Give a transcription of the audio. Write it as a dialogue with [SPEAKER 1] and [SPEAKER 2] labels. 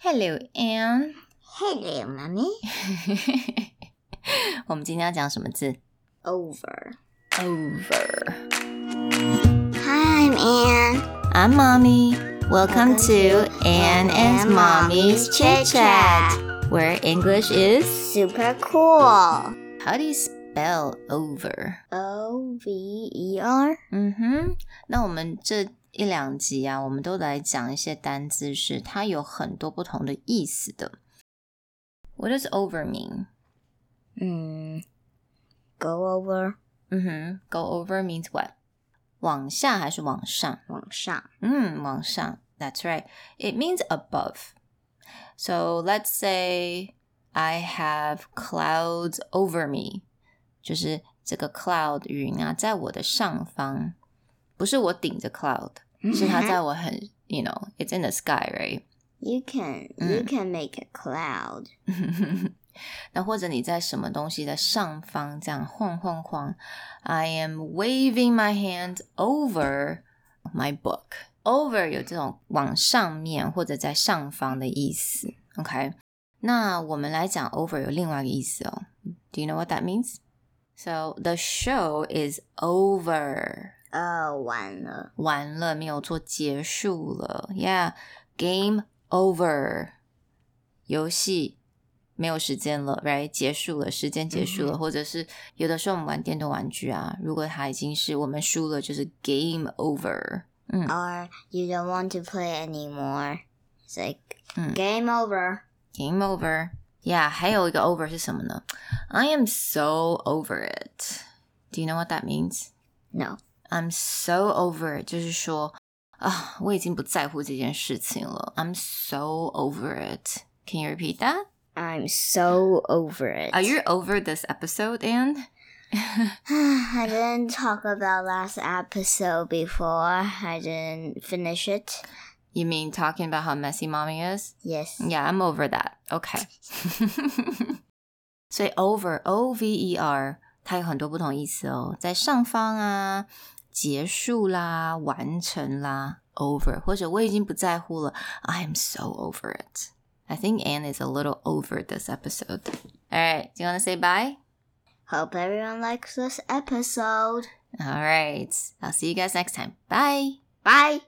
[SPEAKER 1] Hello, Anne。
[SPEAKER 2] Hello, mommy.
[SPEAKER 1] 我们今天要讲什么字
[SPEAKER 2] Over.
[SPEAKER 1] ？Over。
[SPEAKER 2] Hi, I'm Anne.
[SPEAKER 1] I'm mommy. Welcome
[SPEAKER 2] Welcome
[SPEAKER 1] to
[SPEAKER 2] to
[SPEAKER 1] Anne and
[SPEAKER 2] Anne and
[SPEAKER 1] Mommy's
[SPEAKER 2] Mommy's
[SPEAKER 1] Chit
[SPEAKER 2] Chit
[SPEAKER 1] Chat,
[SPEAKER 2] Chat.
[SPEAKER 1] where English is.
[SPEAKER 2] Super cool.
[SPEAKER 1] How do you spell over？
[SPEAKER 2] O V E R.
[SPEAKER 1] 嗯哼，那我们这一两集啊，我们都来讲一些单字，是它有很多不同的意思的。What does over mean？
[SPEAKER 2] 嗯，Go over.
[SPEAKER 1] 嗯哼，go over means what？往下还是往上？
[SPEAKER 2] 往上。
[SPEAKER 1] 嗯，Hmm, 往上。That's right. It means above. So let's say I have clouds over me，就是这个 cloud 云啊，在我的上方，不是我顶着 cloud，是它 在我很，you know，it's in the sky, right？
[SPEAKER 2] You can you
[SPEAKER 1] Mm.
[SPEAKER 2] can make a cloud.
[SPEAKER 1] 那或者你在什么东西的上方这样晃晃晃，I am waving my hand over my book。Over 有这种往上面或者在上方的意思。OK，那我们来讲 over 有另外一个意思哦。Do you know what that means? So the show is over.
[SPEAKER 2] 哦，完了。
[SPEAKER 1] 完了，没有做结束了，Yeah，game over，游戏没有时间了，right，结束了，时间结束了，或者是有的时候我们玩电动玩具啊，如果它已经是我们输了，就是 game over，嗯
[SPEAKER 2] Or you don't want to play anymore. It's like
[SPEAKER 1] 嗯
[SPEAKER 2] game over.
[SPEAKER 1] ，game over，Yeah，还有一个 over 是什么呢？I am so over it。Do you know what that means?
[SPEAKER 2] No.
[SPEAKER 1] I'm so over it，就是说啊，我已经不在乎这件事情了。I'm so over it. Can you repeat that?
[SPEAKER 2] I'm so over it.
[SPEAKER 1] Are you over this episode, Anne?
[SPEAKER 2] I didn't talk about last episode before. I didn't finish it.
[SPEAKER 1] You mean talking about how messy mommy is?
[SPEAKER 2] Yes.
[SPEAKER 1] Yeah, I'm over that. Okay. 所以 over O V E R 它有很多不同意思哦，在上方啊，结束啦，完成啦，over 或者我已经不在乎了，I am so over it. I think Anne is a little over this episode. All right, do you want to say bye?
[SPEAKER 2] Hope everyone likes this episode.
[SPEAKER 1] All right, I'll see you guys next time. Bye.
[SPEAKER 2] Bye.